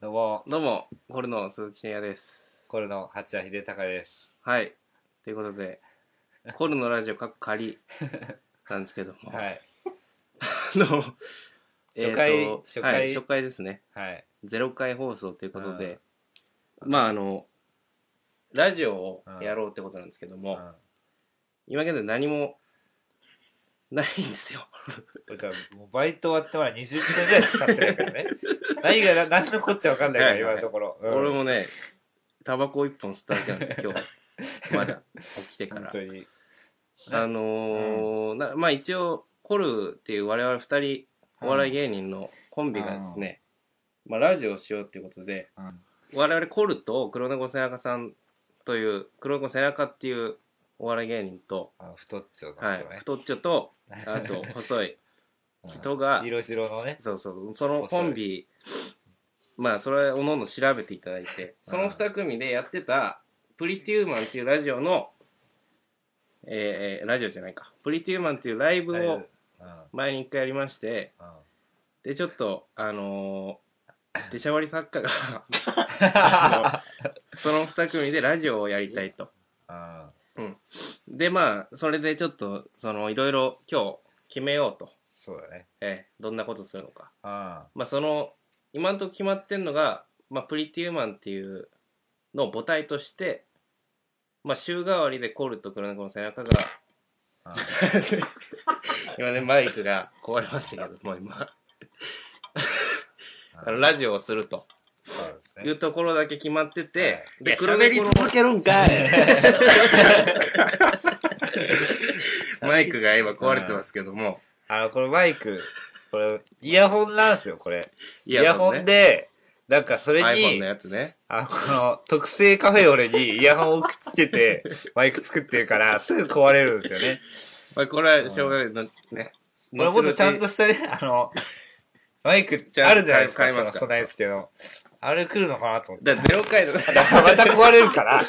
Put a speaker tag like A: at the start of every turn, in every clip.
A: どうも、
B: どうも、ホルの鈴木健也です。
A: コルの八田秀隆です。
B: はい。ということで、ホルのラジオかっこ仮なんですけども、
A: はい。
B: あの、
A: 初回
B: えーと
A: 初回
B: はい、初回ですね。
A: はい。
B: ゼロ回放送ということで、まああの、ラジオをやろうってことなんですけど
A: う
B: も、
A: ん。
B: 今現在何もないんですよ。
A: 俺からもうバイト終わってまだ20分ぐらいしか経ってないから ね。何がな何のこっちゃわかんないから、
B: はいは
A: 今
B: い
A: のところ。うん
B: 俺もね、タバコ一本吸っただけなんですよ、今日。まだ起きてか
A: 本
B: ら
A: 当。に。ね
B: あのーなまあ一応コルっていう我々二人お笑い芸人のコンビがですね、まあ、ラジオをしようっていうことで
A: うん
B: 我々コルと黒猫背中さんという黒猫背中っていうお笑い芸人と、
A: あの太っちょの人
B: は
A: ね
B: い、。太っちょとあと細い人が、
A: 色白のね。
B: そうそうそのコンビまあそれおのおの調べていただいてその二組でやってた「プリティウーマン」っていうラジオのえーえーラジオじゃないか「プリティウーマン」っていうライブ
A: だい
B: を
A: ぶうんうん
B: 前に一回やりましてでちょっとあのー、出しゃばり作家があの その二組でラジオをやりたいと
A: うん
B: でまあそれでちょっとそのいろいろ今日決めようと、
A: そうだね。
B: えーどんなことするのか
A: うん
B: まあその今のとこ決まってんのが、まあ、プリティウーマンっていうのを母体としてまあ週替わりでコールと黒猫の背中が
A: うん
B: 今ねマイクが壊れましたけどもう今あの
A: うん
B: ラジオをすると
A: そうです
B: い
A: ね
B: うところだけ決まってて、
C: いや、
B: 黒
C: 喋り
B: 猫の
C: 続けるんかい。
B: マイクが今壊れてますけども、
A: あの、これマイク、これ、イヤホンなんですよ、これ。
B: イ
A: イヤホン
B: ね、
A: で、なんかそれ
B: iPhone
A: に
B: の、やつね。
A: あの、この、特製カフェオレにイヤホンをくっつけ て、マイク作ってるから、すぐ壊れるんですよね。
B: まあこれはしょうがないのね。
A: これもっとちゃんとしたね、あ の、マイクあるじゃないですか、
B: 買い
A: そ
B: ます
A: の
B: か
A: 備えですけど。あれ来るのかなと思って。
B: だゼロ回 だ、
A: また壊れるから。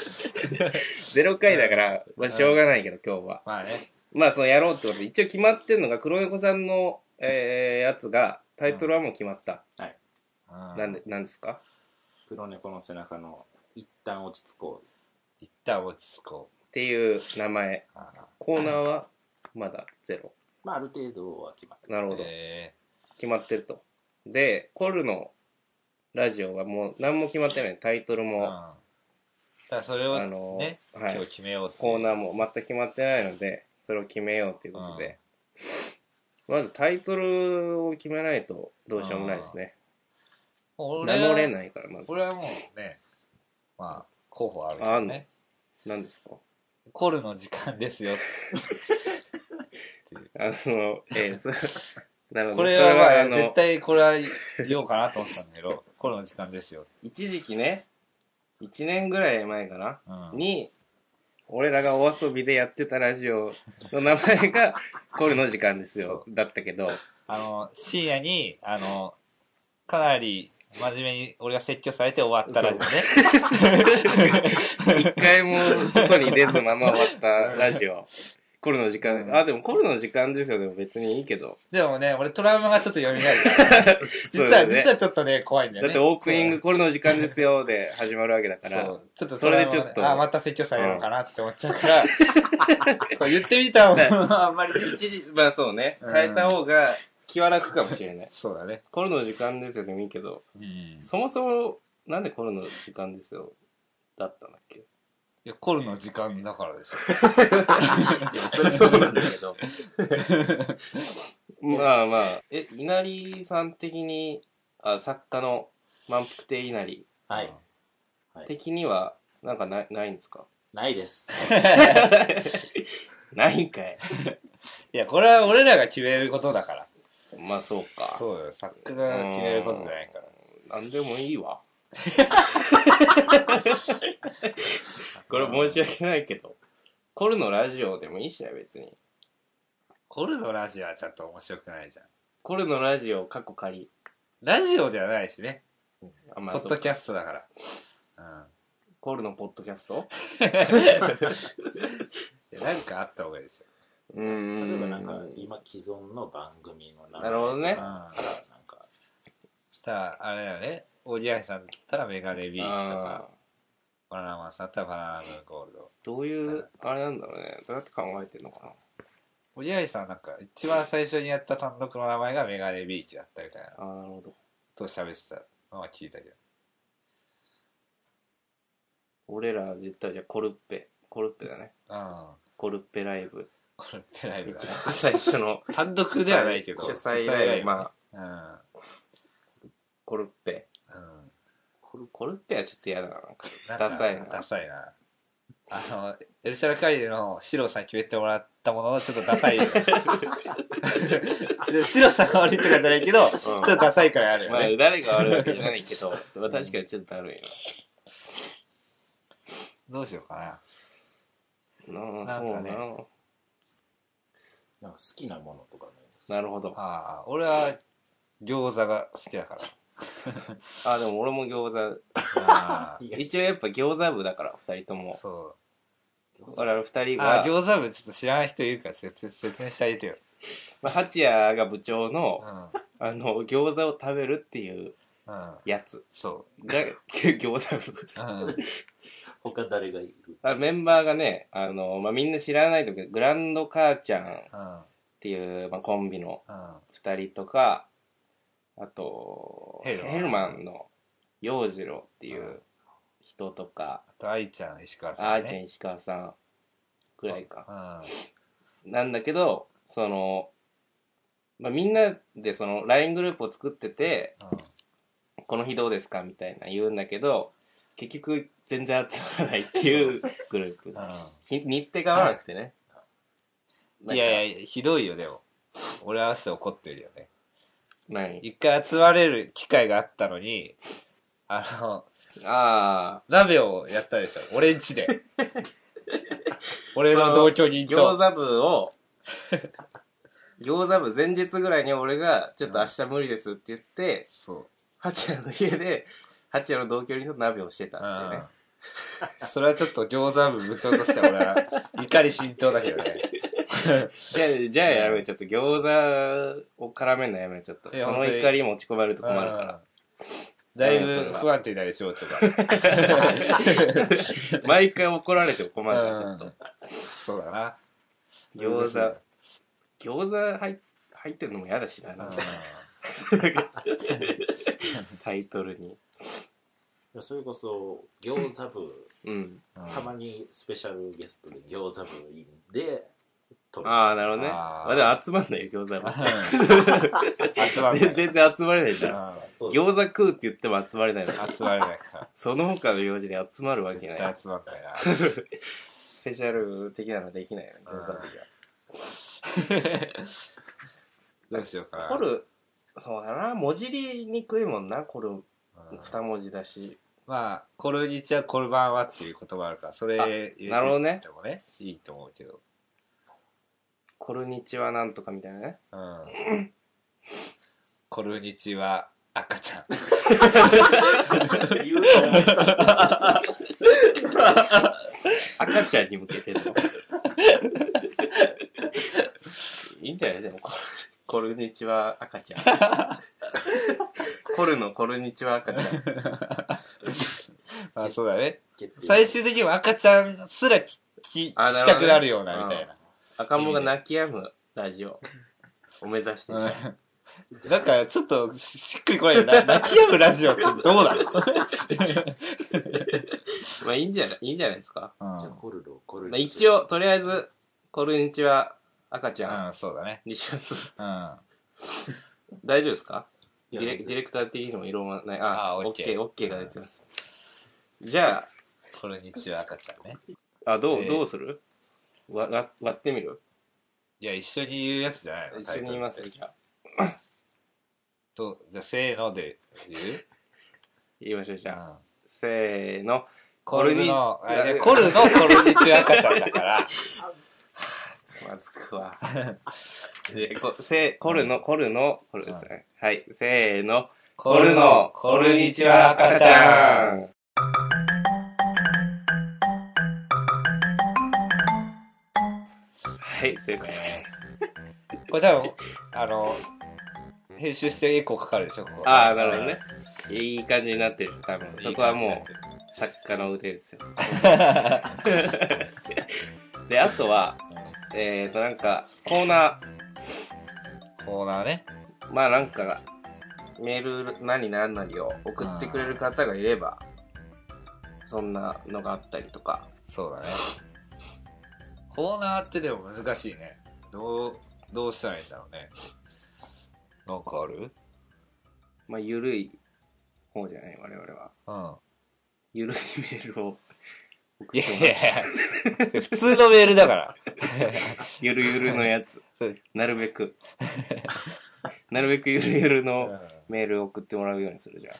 B: ゼロ回だから、まあしょうがないけど今日は。
A: まあね。
B: まあそのやろうってことで、一応決まってんのが黒猫さんの、えー、やつが、タイトルはもう決まった。なんで、なんですか
C: 黒猫の背中の一旦落ち着こう。
A: 一旦落ち着こ
B: っていう名前。
A: う。あ
B: コーナーはまだゼロ。
C: まあ、ある程度は決まる。
B: なるほど。
A: え
B: 決まってると。で、コルのラジオはもう何も決まってない。タイトル
A: ーうん。だ
B: も、
A: からそれ
B: あ
A: を
B: の、
A: ね、今
B: は
A: 日
B: い、
A: 決めようっていう
B: コーナーも全く決まってないので、それを決めようということで、まずタイトルを決めないとどうしようもないですね。名
A: 俺は
B: 乗れないから、まず。
A: 俺はもうね、まあ、候補あるけどね。
B: 何ですか
A: コルの時間です よ。
B: あの、えー、そなるほど
A: これはまあ、
B: それ
A: 絶対これは言おうかなと思ってたんだけど、 コロの時間ですよ。
B: 一時期ね、1年ぐらい前かな、
A: うん。
B: に、俺らがお遊びでやってたラジオの名 前が、コルの時間ですよ、だったけど、
A: あの、深夜に、あの、かなり真面目に俺が説教されて終わったラジオね。
B: 一回も外に出ずまま終わったラ ジオ。コルの時間、あ、でもコルの時間ですよ、でも別にいいけど。
A: でもね、俺トラウマがちょっと蘇る。実
B: そう
A: は、
B: だね
A: 実はちょっとね、怖いんだよね。
B: だってオープニング、コルの時間ですよ、で始まるわけだか
A: そ
B: ら
A: う。。ちょっと
B: それでちょっと
A: トラウマがねあ、また説教されるのかなって思っちゃうから、 こう言ってみ たもん。 あんまり。
B: 一時、まあそうね、変えた方が気は楽かもしれない。
A: そうだね。
B: コルの時間ですよ、でもいいけど。
A: うん。
B: そもそも、なんでコロナの時間ですよ、だったんだっけ
A: いや、コルの時間だからでしょ。
B: いや、それそうなんだけど。 まあまあ、え、稲荷さん的に、あ作家の満腹亭稲荷
C: はい。
B: 的には、なんかないないんですか
C: ないです。
B: ないんかい。
A: いや、これは俺らが決めることだから。
B: まあそうか。
A: そうよ、作家が決めることじゃないから。
B: なんでもいいわ。これ申し訳ないけど、コルのラジオでもいいしな、別に。
A: コルのラジオはちょっと面白くないじゃん。
B: コルのラジオ、過去仮。
A: ラジオではないしね。
B: あ、ま
A: ポ
B: あ
A: ッ
B: そ
A: ド
B: う、
A: キャストだから。
B: コルのポッドキャス ト
A: うん。いや、なんかあった方がいいですよ。
B: うーん
C: 例えばなんか、今既存の番組の名前
B: なるほどね
C: からなんか、
A: ただ、あれだよね。オギアイさんだったらメガネビーチと
B: あ
A: か、バナナマンさんだったらバナナムーンゴールド。
B: ーどういう、あれなんだろうね。どうやって考えてんのかな。
A: オギアイさんはなんか、一番最初にやった単独の名前がメガネビーチだったみたいな
B: ああ、なるほど。
A: ことを喋ってたのは聞いたけど。
B: 俺らで言ったらじゃあコルッペ。コルッペだね。
A: うん。
B: コルッペライブ。
A: これペライブだ
B: 一
A: ね。
B: 番最初 の。
A: 単独ではないけど。
B: 主催ライブ。まあ、
A: あ。
B: コルッペ。
A: うん。うん。
B: コルコルッペはちょっと嫌だな。なんか
A: なんか
B: ダサいな
A: ダサいな。あの、エルシャラカイリのシロさん決めてもらったもののちょっとダサ い。でシロさんが悪いとかじゃないけど、ちょっとダサいからある
B: ま
A: よ
B: あ、
A: ね。
B: 誰が悪いわけじゃないけど、まあ確かにちょっとだるい
A: どうしようかな。
B: な。なあ、
A: な
B: そ
A: ん
B: う
A: かね
B: な。
C: なんか好きなものとかね。
B: なるほど。
A: ああ、俺は餃子が好きだ から。
B: あ、でも俺も餃子。
A: あ
B: 一応やっぱ餃子部だから、二人と
A: あ、
B: も。
A: そ
B: 我々二人
A: う。あ
B: が
A: あ、、餃子部ちょっと知らない人いるから説説明してあげてよ。
B: まあ、八谷が部長の
A: う、ん。
B: あの、餃子を食べるっていう
A: うん。
B: やつ
A: そ
B: が、 餃子
A: う。
B: 部。
A: うん。
C: 他誰がいる
B: あメンバーがね、あの、まあ、みんな知らないとか、グランド母ちゃんっ
A: うん。
B: ていう、まあ、コンビの
A: うん。
B: 二人とか、あと、
A: ヘルマン
B: ヘルマンの洋次郎っていううん人とか、
A: あと、愛ちゃん、石川さん、ね。
B: あーちゃん石川さんくらいか。
A: か。
B: なんだけど、その、まあ、みんなでその LINE グループを作ってて、
A: うん。
B: この日どうですかみたいな言うんだけど、結局全然集まらないっていうグループ。
A: う
B: 日日程が合わなくてね。
A: ん。いやいや、ひどいよ、でも。俺は汗怒ってるよね。
B: なんか。
A: 一回集まれる機会があったのに、あの、
B: 何ああ。
A: 鍋をやったでしょ。俺んち で。俺の同居人
B: 餃
A: と。
B: 子部を、餃子部前日ぐらいに俺が、ちょっと明日無理ですって言って、
A: そう。
B: 八谷の家で、八谷の同居人と鍋をしてたっていうね。
A: うんそれはちょっと餃子部部長としては俺 は怒り浸透だけどね。
B: じゃあ、じゃあやめようちょっと餃子を絡めるのやめようちょっと。
A: いや
B: その
A: 本当に
B: 怒りも落ち込まれると困るから。
A: うんだいぶ不安定だね、情緒が。
B: 毎回怒られても困るから、ちょっと。
A: そうだな。
B: 餃子餃子入っ入ってるのも嫌だしな、
A: うん。
B: タイトルに。
C: それこそ、餃子部、
B: うん。
A: うん
C: たまにスペシャルゲストで餃子部いんで、撮る。
B: ああ、なるほどね。
A: あー
B: まあ、でも集まんないよ、餃子
A: 集ま
B: も。
A: れな
B: 全
A: い。
B: 全然集まれないじゃん。
C: そう
B: 餃子食うって言っても集まれないの。
A: うん集まれないから。
B: その他の用事で集まるわけ
A: 絶
B: ない
A: 対。集まんないな。
B: スペシャル的なのできないよね、餃子の時は。
A: どうしようか な。
B: コル、そうだな、文字りにくいもんな、コル、
A: うん
B: 二文字だし。
A: まあ、コルニチはコルバンはっていう言葉あるから、それ
B: あ
A: 入
B: なるほど
A: れ
B: ね
A: てもね、いいと思うけど。
B: コルニチはなんとかみたいなね。
A: うん。コルニチは赤ちゃん。
C: 言うと思った
B: 赤ちゃんに向 けてるの。いいんじゃないでも、コ ルコルニチは赤 ちゃん。コルのコルニチは赤ちゃん。
A: まあ、そうだね。
C: 決定
A: 最終的には赤ちゃんすら聞き聞き
B: あなるほどね
A: たくなるような、みたいな。
B: 赤ん坊が泣き止むラジオを目指してる。
A: うんなんか、ちょっとししっくりこない な。泣き止むラジオってどうだろう
B: まあいいんじゃない、いいんじゃないですか。
A: うん
C: じゃあコルロ、コル
B: ま
C: ロ。
B: あ、一応、とりあえず、こんにちは、赤ちゃん
A: うん、そうだね。
B: にします。
A: うん。あ
B: 大丈夫ですか
C: い
B: デ
C: や
B: ィレディレクター的にも色もない。あ、
A: あ
B: オッケ
A: OK
B: ー、オッケーが出てます。じゃ
A: コルニチは赤ちゃんね。
B: あ、あどう、
A: えー
B: どうするわ割割ってみる
A: いや、一緒に言うやつじゃないの
B: 一緒に言いますじゃあ。
A: と、じゃあ、せーので言う
B: 言いましょう、じ
A: う
B: ゃあ。
A: ん。
B: せーの。
A: コルの、
B: コルニ
A: あじゃあコルのコルニチュ赤ちゃんだ から、
B: つまず くわ。でこせー、コルの、コルの、コルですね。はい、せーの。
A: コルのコルニチュ赤ちゃん。
B: ん。はい、ということで。
A: これ多分、あの、編集してエコーかかるでしょ、ここ。
B: ああ、なるほどね。いい感じになってる多分そこはもう作家の腕ですよであとはえっ、ー、となんかコーナ
A: コーナーね。
B: ーまあなんかメールなりなんなりを送ってくれる方がいればそんなのがあったりとか
A: そうだね。コーナーってでも難しいね。どう、どうしたらいいんだろうね。なんかある
B: まあ緩い方じゃない我々は
A: うん。
B: 緩いメールを
A: いやいやいや普通のメールだ から。
B: ゆるゆるのやつ
A: そう
B: なる べくなるべくゆるゆるのメールを送ってもらうようにするじゃん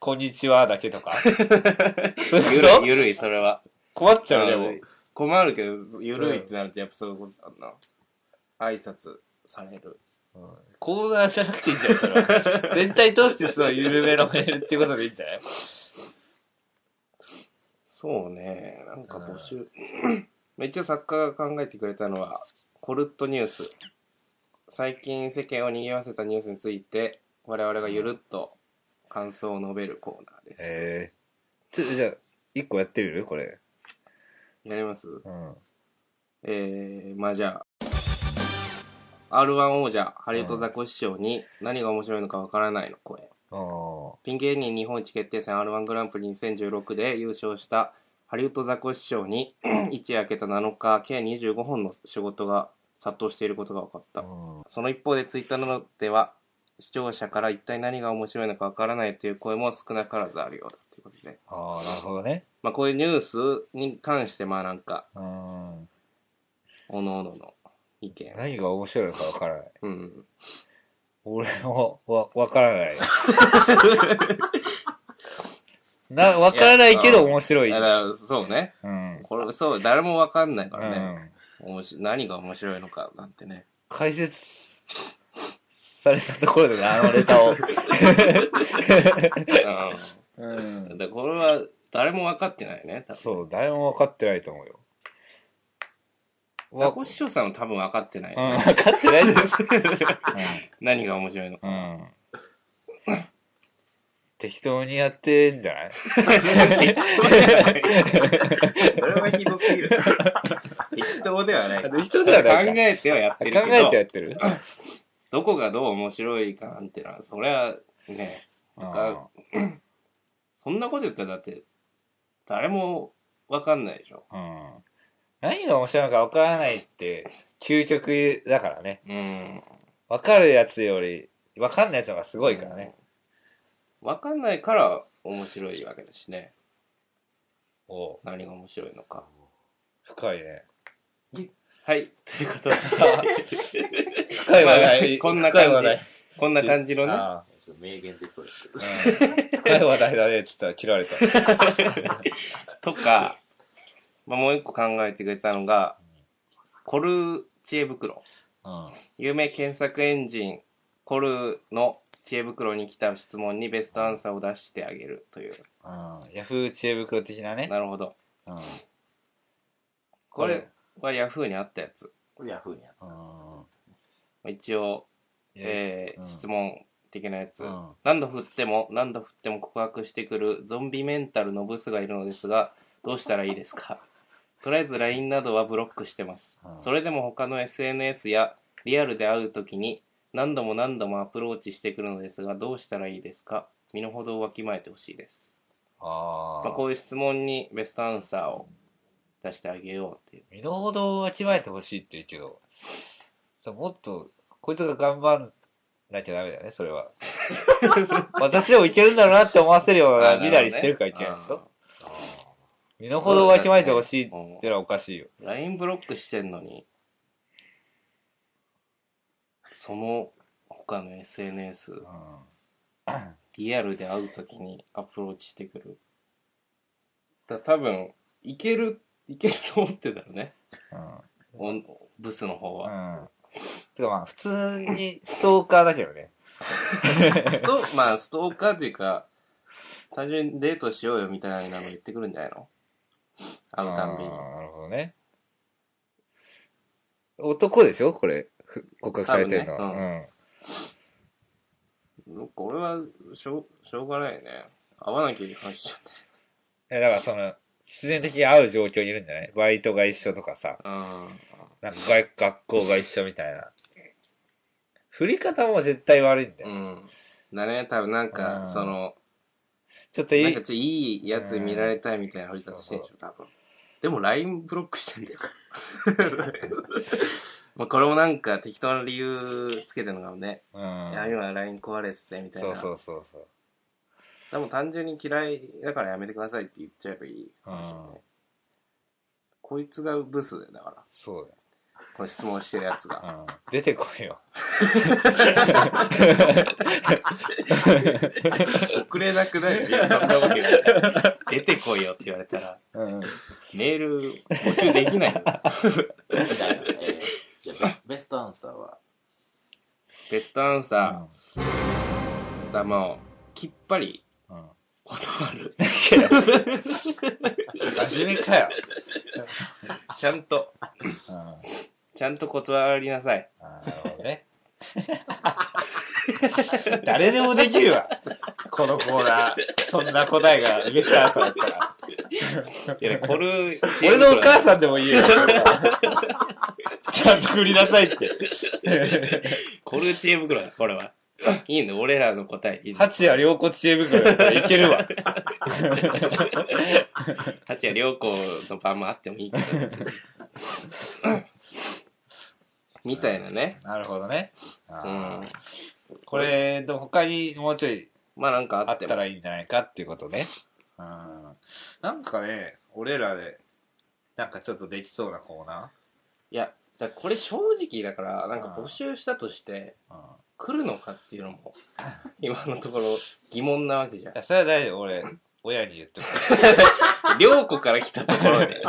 A: こんにちはだけと か。そうい
B: ゆ
A: うこ
B: る
A: と
B: ゆるいそれは
A: 困っちゃうでもう。
B: 困るけどゆるいってなるとやっぱそういうことだな挨拶される
A: うんコーナーじゃなくていいんじゃないそれは全体通してすごい緩めのメールってことでいいんじゃない
B: そうねなんか募集 めっちゃ作家が考えてくれたのはコルットニュース最近世間を賑わせたニュースについて我々がゆるっと感想を述べるコーナーです、
A: ええじゃあ、一個やってみるこれ。
B: やります
A: うん。
B: えー、まあじゃあ R1 王者ハリウッドザコシショウに何が面白いのかわからないの声
A: あ
B: ピン芸人日本一決定戦 R1 グランプリ2016で優勝したハリウッドザコシショウに 一夜明けた7日計25本の仕事が殺到していることが分かった、
A: うん。
B: その一方でツイッターなどでは視聴者から一体何が面白いのかわからないという声も少なからずあるようだということで、
A: ああ、なるほどね。
B: まあ、こういうニュースに関してまあなんか
A: うん。
B: おののの意見、
A: 何が面白いのかわからない。
B: うん、
A: 俺もわわからない。 な、わからないけど面白い。
B: だからそうね
A: うん。
B: これそう誰もわかんないか
A: う
B: らね、
A: ん。
B: おもし何が面白いのかなんてね
A: 解説されたところでね、あのネタを。
B: うん
A: うん。
B: でこれは誰も分かってないね多分
A: そう、誰も分かってないと思うよ。
B: ザコシショウさんは多分分かってない、
A: うん、分かってないです。
B: 何が面白いの
A: う
B: か、
A: ん。うん適当にやってんじゃない
B: それはひどすぎる適当ではない
A: 適当ではないか
B: 考えてはやって
A: 考え
B: る
A: て
B: けど
A: やってる
B: どこがどう面白いかなんてのはそれはね
A: うん
B: かそんなこと言ったらだって誰も分かんないでしょ
A: うん。何が面白いのか分からないって、究極だからね。
B: うん
A: 分かるやつより、分かんないやつの方がすごいからね。
B: 分かんないから面白いわけだしね
A: おう
B: 何が面白いのか
A: 深いね。
B: はいということで
A: 深い話題。
B: こんな感じ
A: 深い話題
B: こんな感じのね
A: あ
C: 名言ってそうですけど
A: あうん深い話題だね、っつったら切ら れた。
B: とか、まあ、もう一個考えてくれたのが、コル知恵袋。
A: うん。
B: 有名検索エンジン、コルの知恵袋に来た質問にベストアンサーを出してあげるという。
A: うんヤフー知恵袋的なね。
B: なるほど。
A: うん。
B: これはヤフーにあったやつ。
C: これヤフーにやっ
A: うん。
B: 一応、
A: え
B: えー
A: うん
B: 質問的なやつ。
A: うん
B: 何度振っても何度振っても告白してくるゾンビメンタルのブスがいるのですがどうしたらいいですか とりあえず LINE などはブロックしてます
A: うん
B: それでも他の SNS やリアルで会う時に何度も何度もアプローチしてくるのですがどうしたらいいですか身の程をわきまえてほしいです
A: あ
B: まあ、こういう質問にベストアンサーを出してあげようっていう
A: 身の程をわきまえてほしいって言うけど、もっと、こいつが頑張んなきゃダメだね、それ は。私でもいけるんだろうなって思わせるような、みなりしてるからいけないでしょ。
C: た
A: 身の程をわきまえてほしいってのはおかしいよ。
B: うん LINE ブロックしてんのにその他の SNS
A: うん
B: リアルで会うときにアプローチしてくる。だ多分、いける、いけると思ってたよね。
A: うん。
B: おんブスの方
A: う
B: は。
A: ん。てかまあ、普通にストーカーだけどね。
B: スト、まあ、ストーカ ーっていうか、単純にデートしようよみたいなの言ってくるんじゃないの会うたんびに。
A: あーなるほどね。男でしょこれ、ふ告白されてるのは。
B: 多分ねなんか俺はしょうしょうがないよね合わなきゃいけないしちゃっ
A: え、だからその、必然的に会う状況にいるんじゃないバイトが一緒とかさ、
B: たあ
A: なんか 外学校が一緒みたいな。振り方も絶対悪いんだ
B: ー
A: よ。
B: うんだね多分なん
A: う
B: か
A: ん
B: その
A: ちょっとい
B: なんかちょ
A: い
B: っ、といいやつ見られたいみたいな振り方してんでしょ多分でも LINE ブロックしてんだよ まあこれもなんか適当な理由つけてるのかもね、
A: う
B: いや
A: ん。
B: 今 LINE 壊れっすねみたいな
A: そうそうそうそう。
B: でも単純に嫌いだからやめてくださいって言っちゃえばいいかもしれな
A: う
B: い。こいつがブスだよだから、
A: そう
B: この質問してるやつ
A: だ
B: が。
A: よ。うん。出てこいよ。
B: 遅れなくない
C: いや、そんなこと言われたら、出てこいよって言われたら、
A: うん。
B: メール募集でき ないの
C: じゃあ、えーじゃあベスベストアンサーは、
B: ベストアンサーだ、もう、きっぱり
A: うん。うん
B: 断 る。
A: 真面目かよ。
B: ちゃんと、
A: うん。
B: ちゃんと断りなさい。
A: あーなるほどね。 誰でもできるわ。このコーナー。そんな答えがベストアンサーだったら。
B: いや、これ、
A: 俺のお母さんでも言えよ。ちゃんと振りなさいって。
B: コルチエ袋だ、これは。いいの俺らの答え。いいの
A: 八谷良子知恵袋だったらいけるわ。
B: 八谷良子の番もあってもいいけど。別にみたいなね。
A: なるほどね。
B: う
A: あ
B: ん
A: ー。これ、でも他にもうちょい
B: まあなんか
A: あ
B: あ
A: っ
B: って
A: た
B: も。
A: らいいんじゃないかっていうことね。うん。なんかね、俺らで、なんかちょっとできそうなコーナ
B: いや、だからこれ正直だから、なんか募集したとして、
A: ー。うん。い
B: 来るのかっていうのも、今のところ疑問なわけじゃん。
A: や、それは大丈夫。俺、親に言っても
B: 良子から来たところで。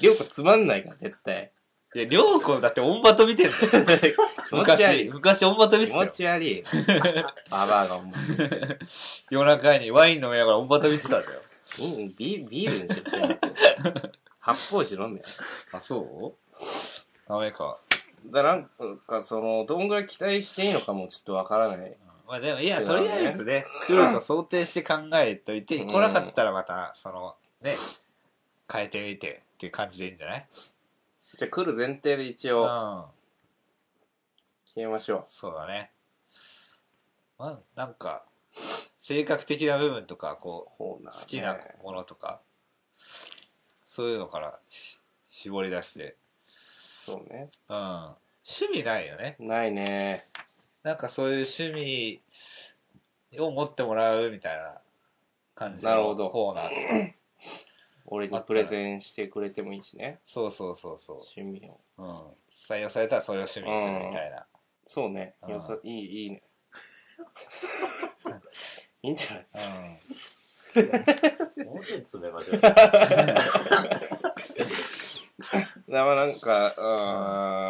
B: 良子つまんないから、絶対。
A: いや、良子だってオンバト見てんだよ。
B: 気 持ち悪
A: 昔、
B: い。
A: 昔オンバト見て
B: 気
A: た
B: 持
A: よ。
B: ち悪い。ババアが思う。
A: 夜中にワイン飲みながらオンバト見てたんだ よ。
B: いいビビールにしようよ発泡酒飲んだよ。
A: あ、そうダメか。
B: だからなんか、その、どんぐらい期待していいのかもちょっとわからない。
A: まあでも、いや、
B: 違う
A: とり
B: ね
A: あえずね、来ると想定して考えといて、
B: うん
A: 来なかったらまた、その、ね、変えてみてっていう感じでいいんじゃない
B: じゃあ来る前提で一
A: う
B: 応
A: ん。
B: 決めましょ
A: そうだね。まあ、なんか、性格的な部分とか、
B: う。
A: こ
B: ほう
A: う、
B: な
A: 好きなものとか、そういうのから絞り出して。
B: そうね。
A: うん。趣味ないよね。
B: ないね。
A: なんかそういう趣味を持ってもらうみたいな感じ
B: なる
A: の
B: ほど
A: コーナーとか。
B: 俺にプレゼンしてくれてもいいしね。
A: そうそうそうそう。
B: 趣味を。
A: うん、採用されたらそれを趣味にするみたいな。
B: そうね。
A: うん
B: よさ、いい、いい ね。いいんじゃないですか。
C: もうちょい詰め ましょう。
B: だからなんか、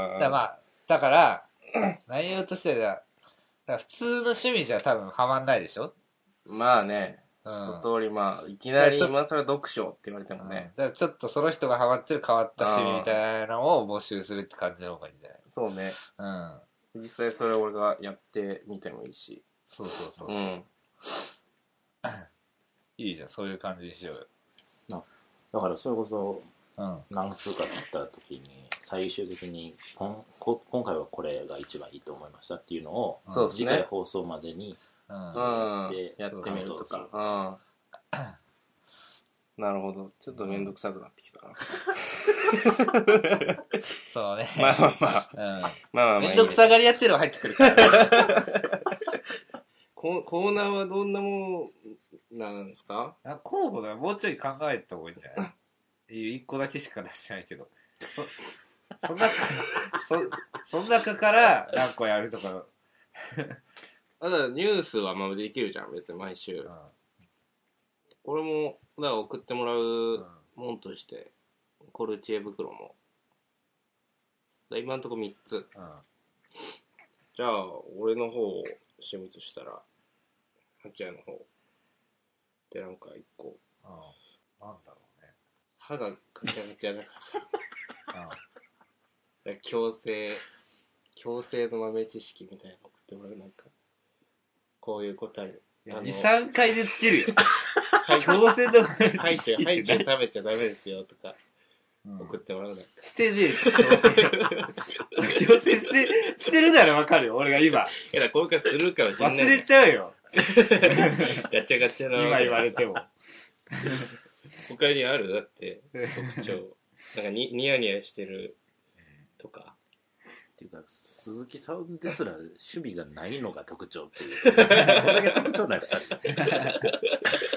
A: う、
B: うん
A: だか
B: ん。
A: らまあ、だから、内容としてはじゃあ、だから普通の趣味じゃ多分ハマんないでしょ
B: まあね。
A: うん。
B: 一通りまあ、いきなり
A: ちょっと
B: 今更読書って言われても
A: うんだ
B: ね。
A: からちょっとその人がハマってる変わった趣味みたいなのを募集するって感じの方がいいんじゃ
B: そうね。
A: ないうん。
B: 実際それ俺がやってみてもいいし。
A: そうそうそう。
B: うん。
A: いいじゃん、そういう感じにしようよ。
C: だから、それこそ、
A: うん。
C: 何通か切った時に、最終的にこんこ、今回はこれが一番いいと思いましたっていうのを、
A: うん
B: そうです
C: 次回
B: ね。
C: 放送までに、
A: うん。
B: う
A: うん
B: ん
C: で。
B: やってみると
C: そうそう
B: か。うん。なるほど。ちょっとめんどくさくなってきたな。
A: そうね。
B: まあまあまあ。まあまあまあ
A: うん。
B: い
A: め
B: いね
A: んどくさがりやってるのが入ってくるから。
B: ココーナーはどんなもんなんですか
A: あ候補がもうちょい考えた方がいいんじゃない一個だけしか出してないけど。そ、そんな、そ、そん中から何個やるとか。
B: あだからニュースはまあできるじゃん別に毎週
A: う
B: 俺もだから送ってもら
A: ん
B: う。もんとしてコルチエ袋もだから今んとこ3つじゃあ俺の方を趣味としたら八谷の方でなんか1個
A: うん。なんだろうね。
B: 歯がカチャカチャだからさだ
A: う
B: か
A: ん
B: ら矯正矯正の豆知識みたいなの送ってもらうなんか
C: こういうことに。あの
A: 2、3回でつけ るよ。強制だもんね。
C: ハイチュウ、ハイチュウ食べちゃダメですよとか
A: うん
C: 送ってもらうな。
A: してねえし、強制。強制して、してるならわかるよ、俺が今。
C: いや、こういうことするかもしれない。
A: 忘れちゃうよ、
C: ガチャガチャな。
A: 今言われて も。
C: 他にあるだって、特徴。なんかに、ニヤニヤしてるとか。っていうか、鈴木さんですら趣味がないのが特徴っていう。これだけ特徴ない二人。
A: 趣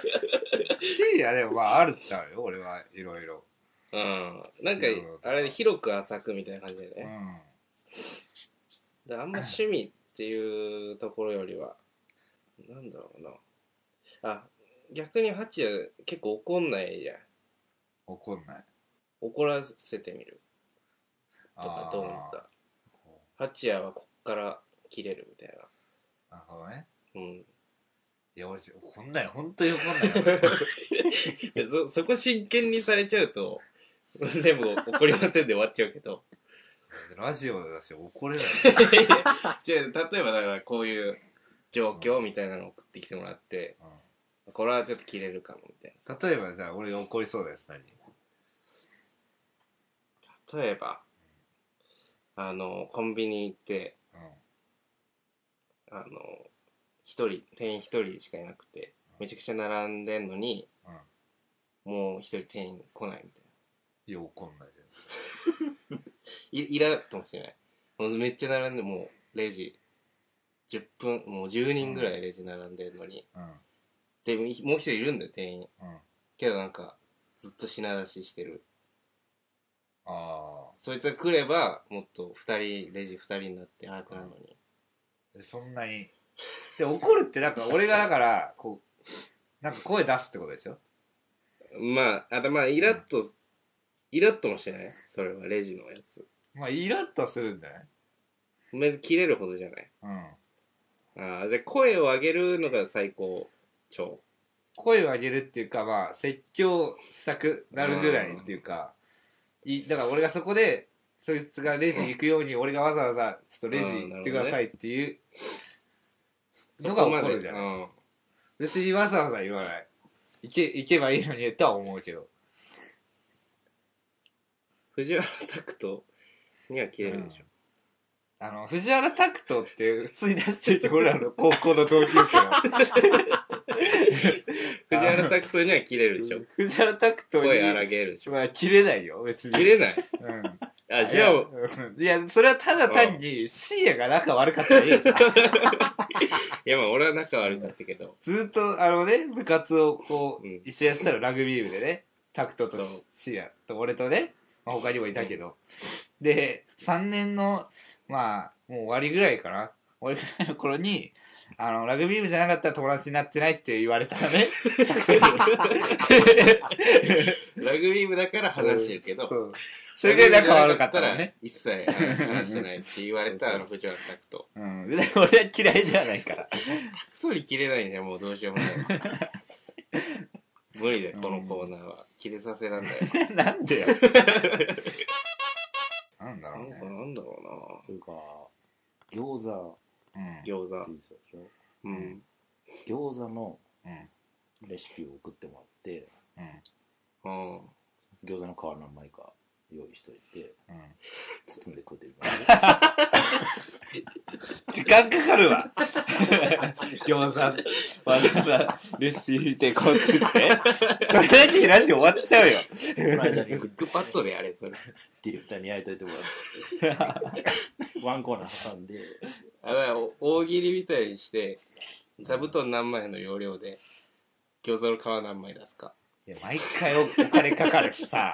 A: 味はでもまああるっちゃうよ、俺はいろいろ。
B: うん。なん
A: な
B: か
A: るほ、ど
B: あれ、広く浅くみたいな感じだよ
A: う
B: ね。
A: ん。
B: であんま趣味っていうところよりは、なんだろうな。あ、逆にハチは結構怒んないじゃん。
A: 怒んない。
B: 怒らせてみると
A: あ
B: か
A: ー
B: どう思ったハチヤはこっから切れるみたいな。
A: なるほどね。
B: うん。
A: いや、俺、怒んない。本当に怒ん ない。
B: でそ、そこ真剣にされちゃうと、 全部怒りませんで終わっちゃうけ ど。
A: ラジオだし怒れない。
B: じゃあ、例えばだからこういう状況みたいなのを送ってきてもらって、
A: う
B: これはちょっと切れるかもみたい
A: ん例えばじゃあ、俺が怒りそうです、何
B: な。例えば、あの、コンビニ行って、あの、一人、店員一人しかいなくて、めちゃくちゃ並んでんのに、
A: うん
B: もう一人店員来ないみたいな。
A: いや、怒んないで。
B: いイラっともしてないもうめっちゃ並んでもうレジ10分もう10人ぐらいレジ並んでるのに、
A: うん。
B: でもう一人いるんだよ店員
A: うん。あ
B: けどなんかずっと品出ししてる
A: あ
B: そいつが来ればもっと2人レジ2人になって早くなるのに、
A: ー。そんなに。で、怒るってなんか、俺がだから、こう、なんか声出すってことでしょ
B: まああとまあイラっと、イラっともしてないそれはレジのやつ
A: まあ、イラッとはするんじゃない
B: 別に切れるほどじゃない
A: うん。
B: ああじゃあ声を上げるのが最高超
A: 声を上げるっていうか、まあ、説教したくなるぐらいっていうか、いだから俺がそこで、そいつがレジ行くように、俺がわざわざ、ちょっとレジ行ってくださいっていう、のが怒るじゃ
B: そこ
A: な
B: ま
A: い
B: でうん
A: 別にわざわざ言わない。行け、行けばいいのにとは思うけど。
B: 藤原拓人には切れるでしょ、
A: あの、藤原拓人っていう、つい出してて、俺らの高校の同級生の。
B: 藤原拓斗には切れ るでしょ。
A: 藤原拓人
B: 声荒
A: に、
B: げるでしょ。
A: まあ、切れないよ、別に。
B: 切れない。
A: うん。
B: あ、じゃあ、
A: うんいや、それはただ単に、深夜が仲悪かったらいい じゃん。
B: いや、まあ俺は仲悪かったけど。
A: ずっと、あのね、部活をこう
B: うん、
A: 一緒やってたらラグビー部でね、タクトと
B: そう
A: シアと俺とね、まあ、他にもいたけど。で、3年の、まあ、もう終わりぐらいかな。俺ぐらいの頃に、あの、ラグビー部じゃなかったら友達になってないって言われたら ね。
B: ラグビー部だから話してるけど。
A: そう。それぐらい仲悪かったらね。。
B: 一切話してないって言われたあの藤原拓斗。
A: うん。で俺は嫌いではないから。
B: 拓斗に切れないね、もうどうしようもない。無理だよ、このコーナーは。切れさせらんだよ。
A: なんでよ。なんだ
B: な
A: ろうん
B: か
A: ね。
B: なんだろ
C: というか、餃子
A: うん
B: うな。餃
C: っ
B: 子
C: てい。うでしょ。
B: うん。
C: 餃子の
A: うん。
C: レシピを送ってもら って、
A: うん。
B: うん。
C: 餃子の皮何枚か用意しといて、
A: うん。
C: 包んで食うてみます。
A: 時間かかるわ。餃子、わざわざレシピでこう作って。それだけでラジオ終わっちゃうよ。
C: その間に
B: クックパッドでやれ、それ。
C: ディレクターに焼いといても らって、ワンコーナー挟んで、
B: あだからお大喜利みたいにして座布団何枚の容量で餃子の皮何枚出すか
A: いや、毎回お金かかるしさ。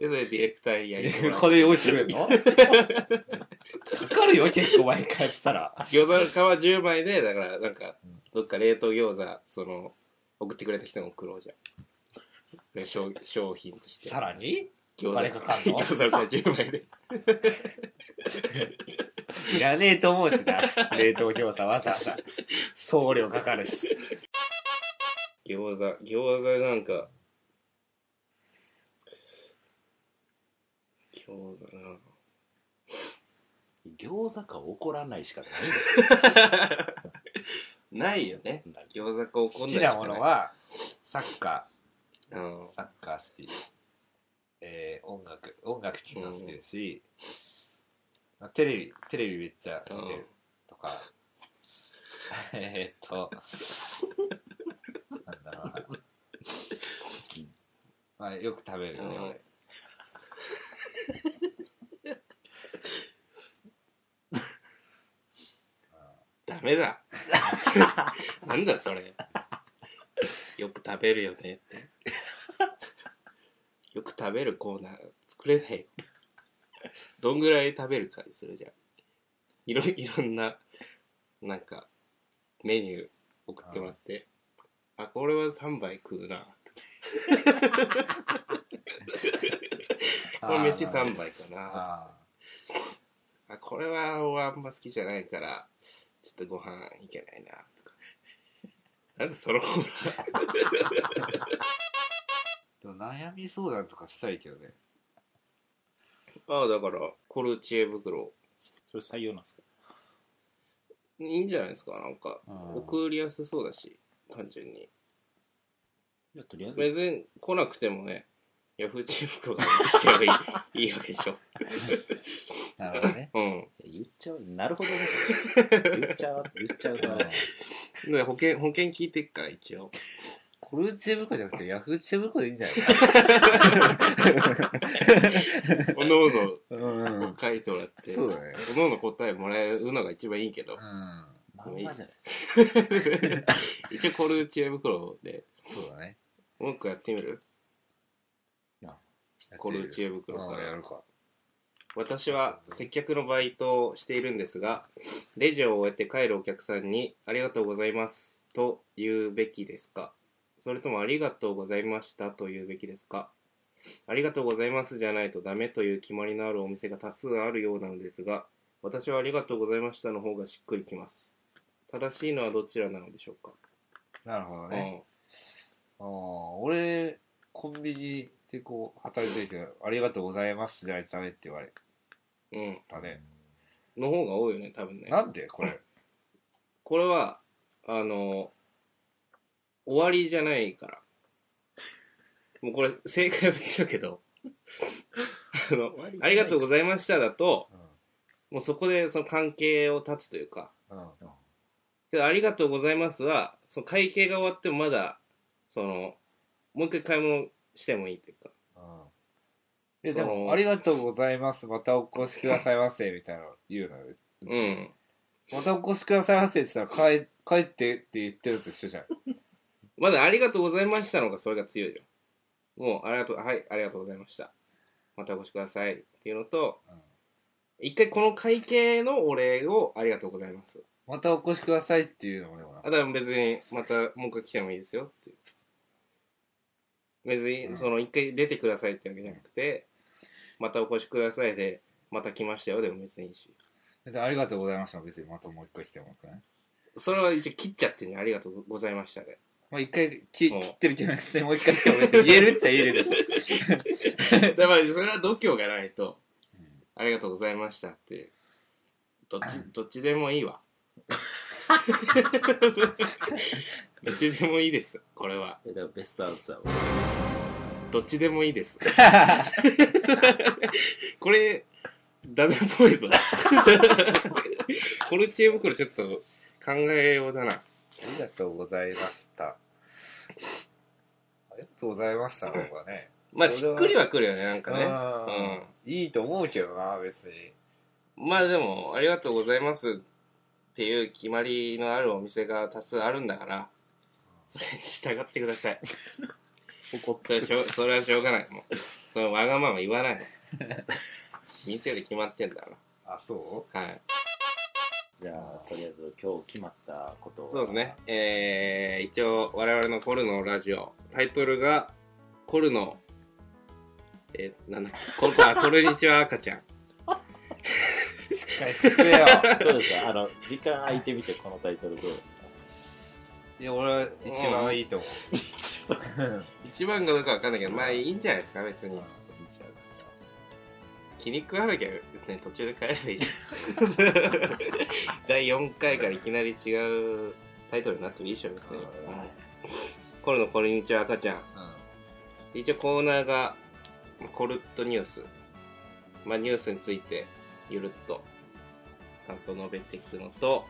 B: でそれディレクターにやりてもら う
A: これ用意してくれんのかかるよ、結構毎回したら。
B: 餃子の皮10枚でだからなんかどっか冷凍餃子その送ってくれた人の送ろうじゃんで商商品として
A: さらに
B: 餃
A: お金かかんの
B: 餃子の皮10枚で
A: いらねえと思うしな。冷凍餃子わざわざ。送料かかるし。
B: 餃子餃子なんか餃子な
C: 餃子か怒らないしかないんです
B: ないよね。
C: よなんか
B: 餃子か怒
A: 好
B: んない
A: き
B: しか
A: なものは、サッカ
B: ない、うん
A: ー、、サッカー好き。えー、音楽、音楽聴くの好きだし、まあテレビ、テレビめっちゃ見てるとか、 えーっと、なんだろうな。まあ、よく食べるよね、
B: うん
A: 俺。
B: ダメだ。 なんだそれ。よく食べるよねって。よく食べるコーナー作れないよ。どんぐらい食べるかにするじゃん。いろ、いろんな、なんか、メニュー送ってもらって。あ、これは3杯食うな。 これ飯3杯かな。
A: あ
B: あこれは俺あんま好きじゃないからちょっとご飯いけないなとかなんでそのコー
A: ーでも悩み相談とかしたいけどね。
B: ラああだからコルチエ袋
C: それ採用なんですか
B: いいんじゃないですかなんか
A: うん
B: 送りやすそうだし単純に
C: いやとりあえず
B: 別に来なくてもねヤフーチェ袋が一番いいいいわけで しょ
A: なるほどね。
B: うん
C: 言っちゃうなるほどね言っちゃう言っちゃう
A: う
C: と
A: ん
B: で保険保険聞いてっから一応
A: コルチェ袋じゃなくてヤフーチェ袋でいいんじゃない
B: おのお
A: う
B: の
A: ん。
B: 書いてもらって
A: そうだね。
B: おのおの答えもらえるのが一番いいけど
A: うん。
C: まんまじゃないですか
B: 一応コルチエ袋で
A: そうだね。
B: もう一個やってみるコルチ
A: ェ
B: エ袋から
A: やるか。
B: 私は接客のバイトをしているんですが、レジを終えて帰るお客さんに、ありがとうございますと言うべきですかそれともありがとうございましたと言うべきですかありがとうございますじゃないとダメという決まりのあるお店が多数あるようなのですが、私はありがとうございましたの方がしっくりきます。正しいのはどちらなのでしょうか、
A: なるほどね。ああ、俺、コンビニでこう、働いてるけど、ありがとうございますじゃないとダメって言われ
B: うん。うん。
A: たね。
B: の方が多いよね、多分ね。
A: なんでこれ。
B: これは、あの、終わりじゃないから。もうこれ、正解は言っちゃうけど。 あの、ありがとう
C: う
B: ございましただと、
A: うん。
B: もうそこでその関係を断つというか、
A: うん。
B: けどありがとうございますは、その会計が終わってもまだ、その、もう一回買い物してもいいというか。
A: え、で
B: そ
A: も、
B: の
A: ありがとうございます。またお越しくださいませ。みたいなの言うのよ。
B: う。ん。
A: またお越しくださいませって言ったら、帰帰ってって言ってるのと一緒じゃん。
B: まだありがとうございましたのがそれが強いよ。もう、ありがとう、はい、ありがとうございました。またお越しくださいっていうのと、
A: うん
B: 一回この会計のお礼をありがとうございます。
A: またお越しくださいっていうのもでもな
B: あ。とは別にまたもう一回来てもいいですよっていう。別
A: うん
B: にその一回出てくださいってわけじゃなくて、またお越しくださいで、また来ましたよでも別にいいし。
A: 別にありがとうございました。別にまたもう一回来てもよくない
B: それは一応切っちゃってね、ありがとうございましたで。
A: まあ一回き
B: うん
A: 切ってる気がして、もう一回来ても別に言えるっちゃ言えるでしょ。
B: だからそれは度胸がないと、ありがとうございましたって、どっち、どっちでもい いわ。どっちでもいいです、これは。
C: だからベストアンサーを
B: どっちでもいい です。これ、ダメっぽ いぞ。コルチエ袋ちょっと考えようだな。
A: ありがとうございました。ありがとうございましたの方がね。
B: まあ、しっくりはくるよね、なんかね。
A: ね。いいと思うけどな、別に。
B: まあでも、ありがとうございますっていう決まりのあるお店が多数あるんだから、それに従ってください。
C: 怒っ
B: それはしょうそれはしょうがない。もう、そのわがまま言わない。店で決まってんだか
A: あ、そ
B: ら。はい。
C: じゃあとりあえず今日決まったことを
B: そうですね。えー、一応、我々のコルのラジオ、タイトルが、コルの、えー、なんだっけ、コル、あ、コルニチは赤ちゃん。
A: う一回してくれよ。
C: どうですかあ の時間空いてみてこのタイトルどうですか
A: いや、俺は一番いいと思
B: 一番かどうかわかんないけど、まあいいんじゃないですか、別に。
A: う。
B: 気に食わなきゃ、ね、途中で変えればいいじゃん。第4回からいきなり違うタイトルになってもいいでしょ、別に。コルのこんにちは、赤ちゃん。一応コーナーが、コルッとニュース。まあ、ニュースについて、ゆるっと、感想を述べていくのと、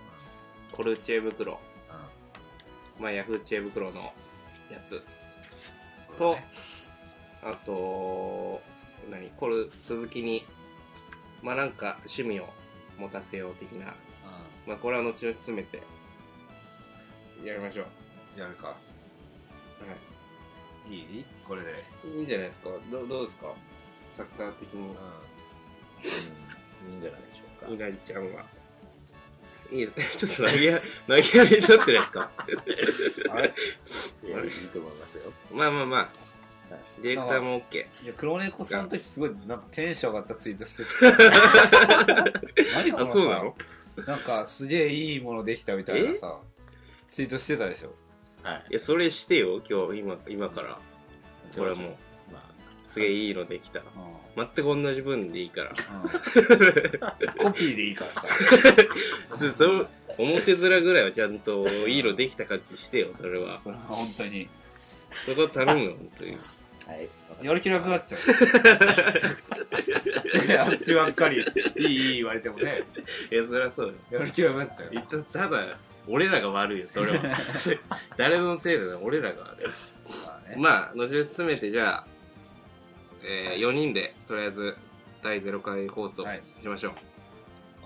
B: コル知恵袋。まあ、ヤフー知恵袋のやつ。と、あと、何コル、鈴木に、まあなんか趣味を持たせよう的な。まあこれは後々詰めて、やりましょう。
A: やるか。
B: はい
A: いこれで。
B: い。いいんじゃないですかどうどうですかサッカー的に。
C: うん、いいんじゃないでしょうか
B: 稲荷ちゃんは。いいですね。 ちょっと投げや、投げやりになってないですか
C: いやいいと思いますよ
B: まあまあまあ
C: は。
B: ディレクターも OK。
A: いや、黒猫さんの時すごい、なんかテンション上がったツイートして た。何こ
B: あ、
A: のさ
B: そうなの
A: なんか、すげえいいものできたみたいなさ、ツイートしてたでしょ。
C: はい
B: いや、それしてよ、今日、今、今から。これはもう、
C: まあ
B: すげえいいのできた。全く同じ分でいいから。
A: う んコピーでいいからさ。
B: そそう表面ぐらいはちゃんといいのできた感じしてよそれは
A: それは本当に。
B: そこ頼むよ本当に
C: はい
A: やる気なくなっちゃう。い やあっちばっかり、いいいい言われてもね、
B: いやそりゃそうよ
A: やる気なくなっちゃう。
B: たただ俺らが悪いよそれ は誰のせいだよ俺らが悪い
A: まあね
B: まあ後々詰めてじゃあ、え4人でとりあえず第0回放送し
A: はい
B: ましょう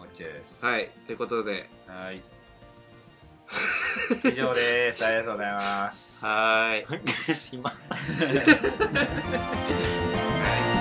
A: OK です。
B: はい、ということで
A: はい。以上です。ありがとうござい ます。
B: はーい
C: しま
B: はい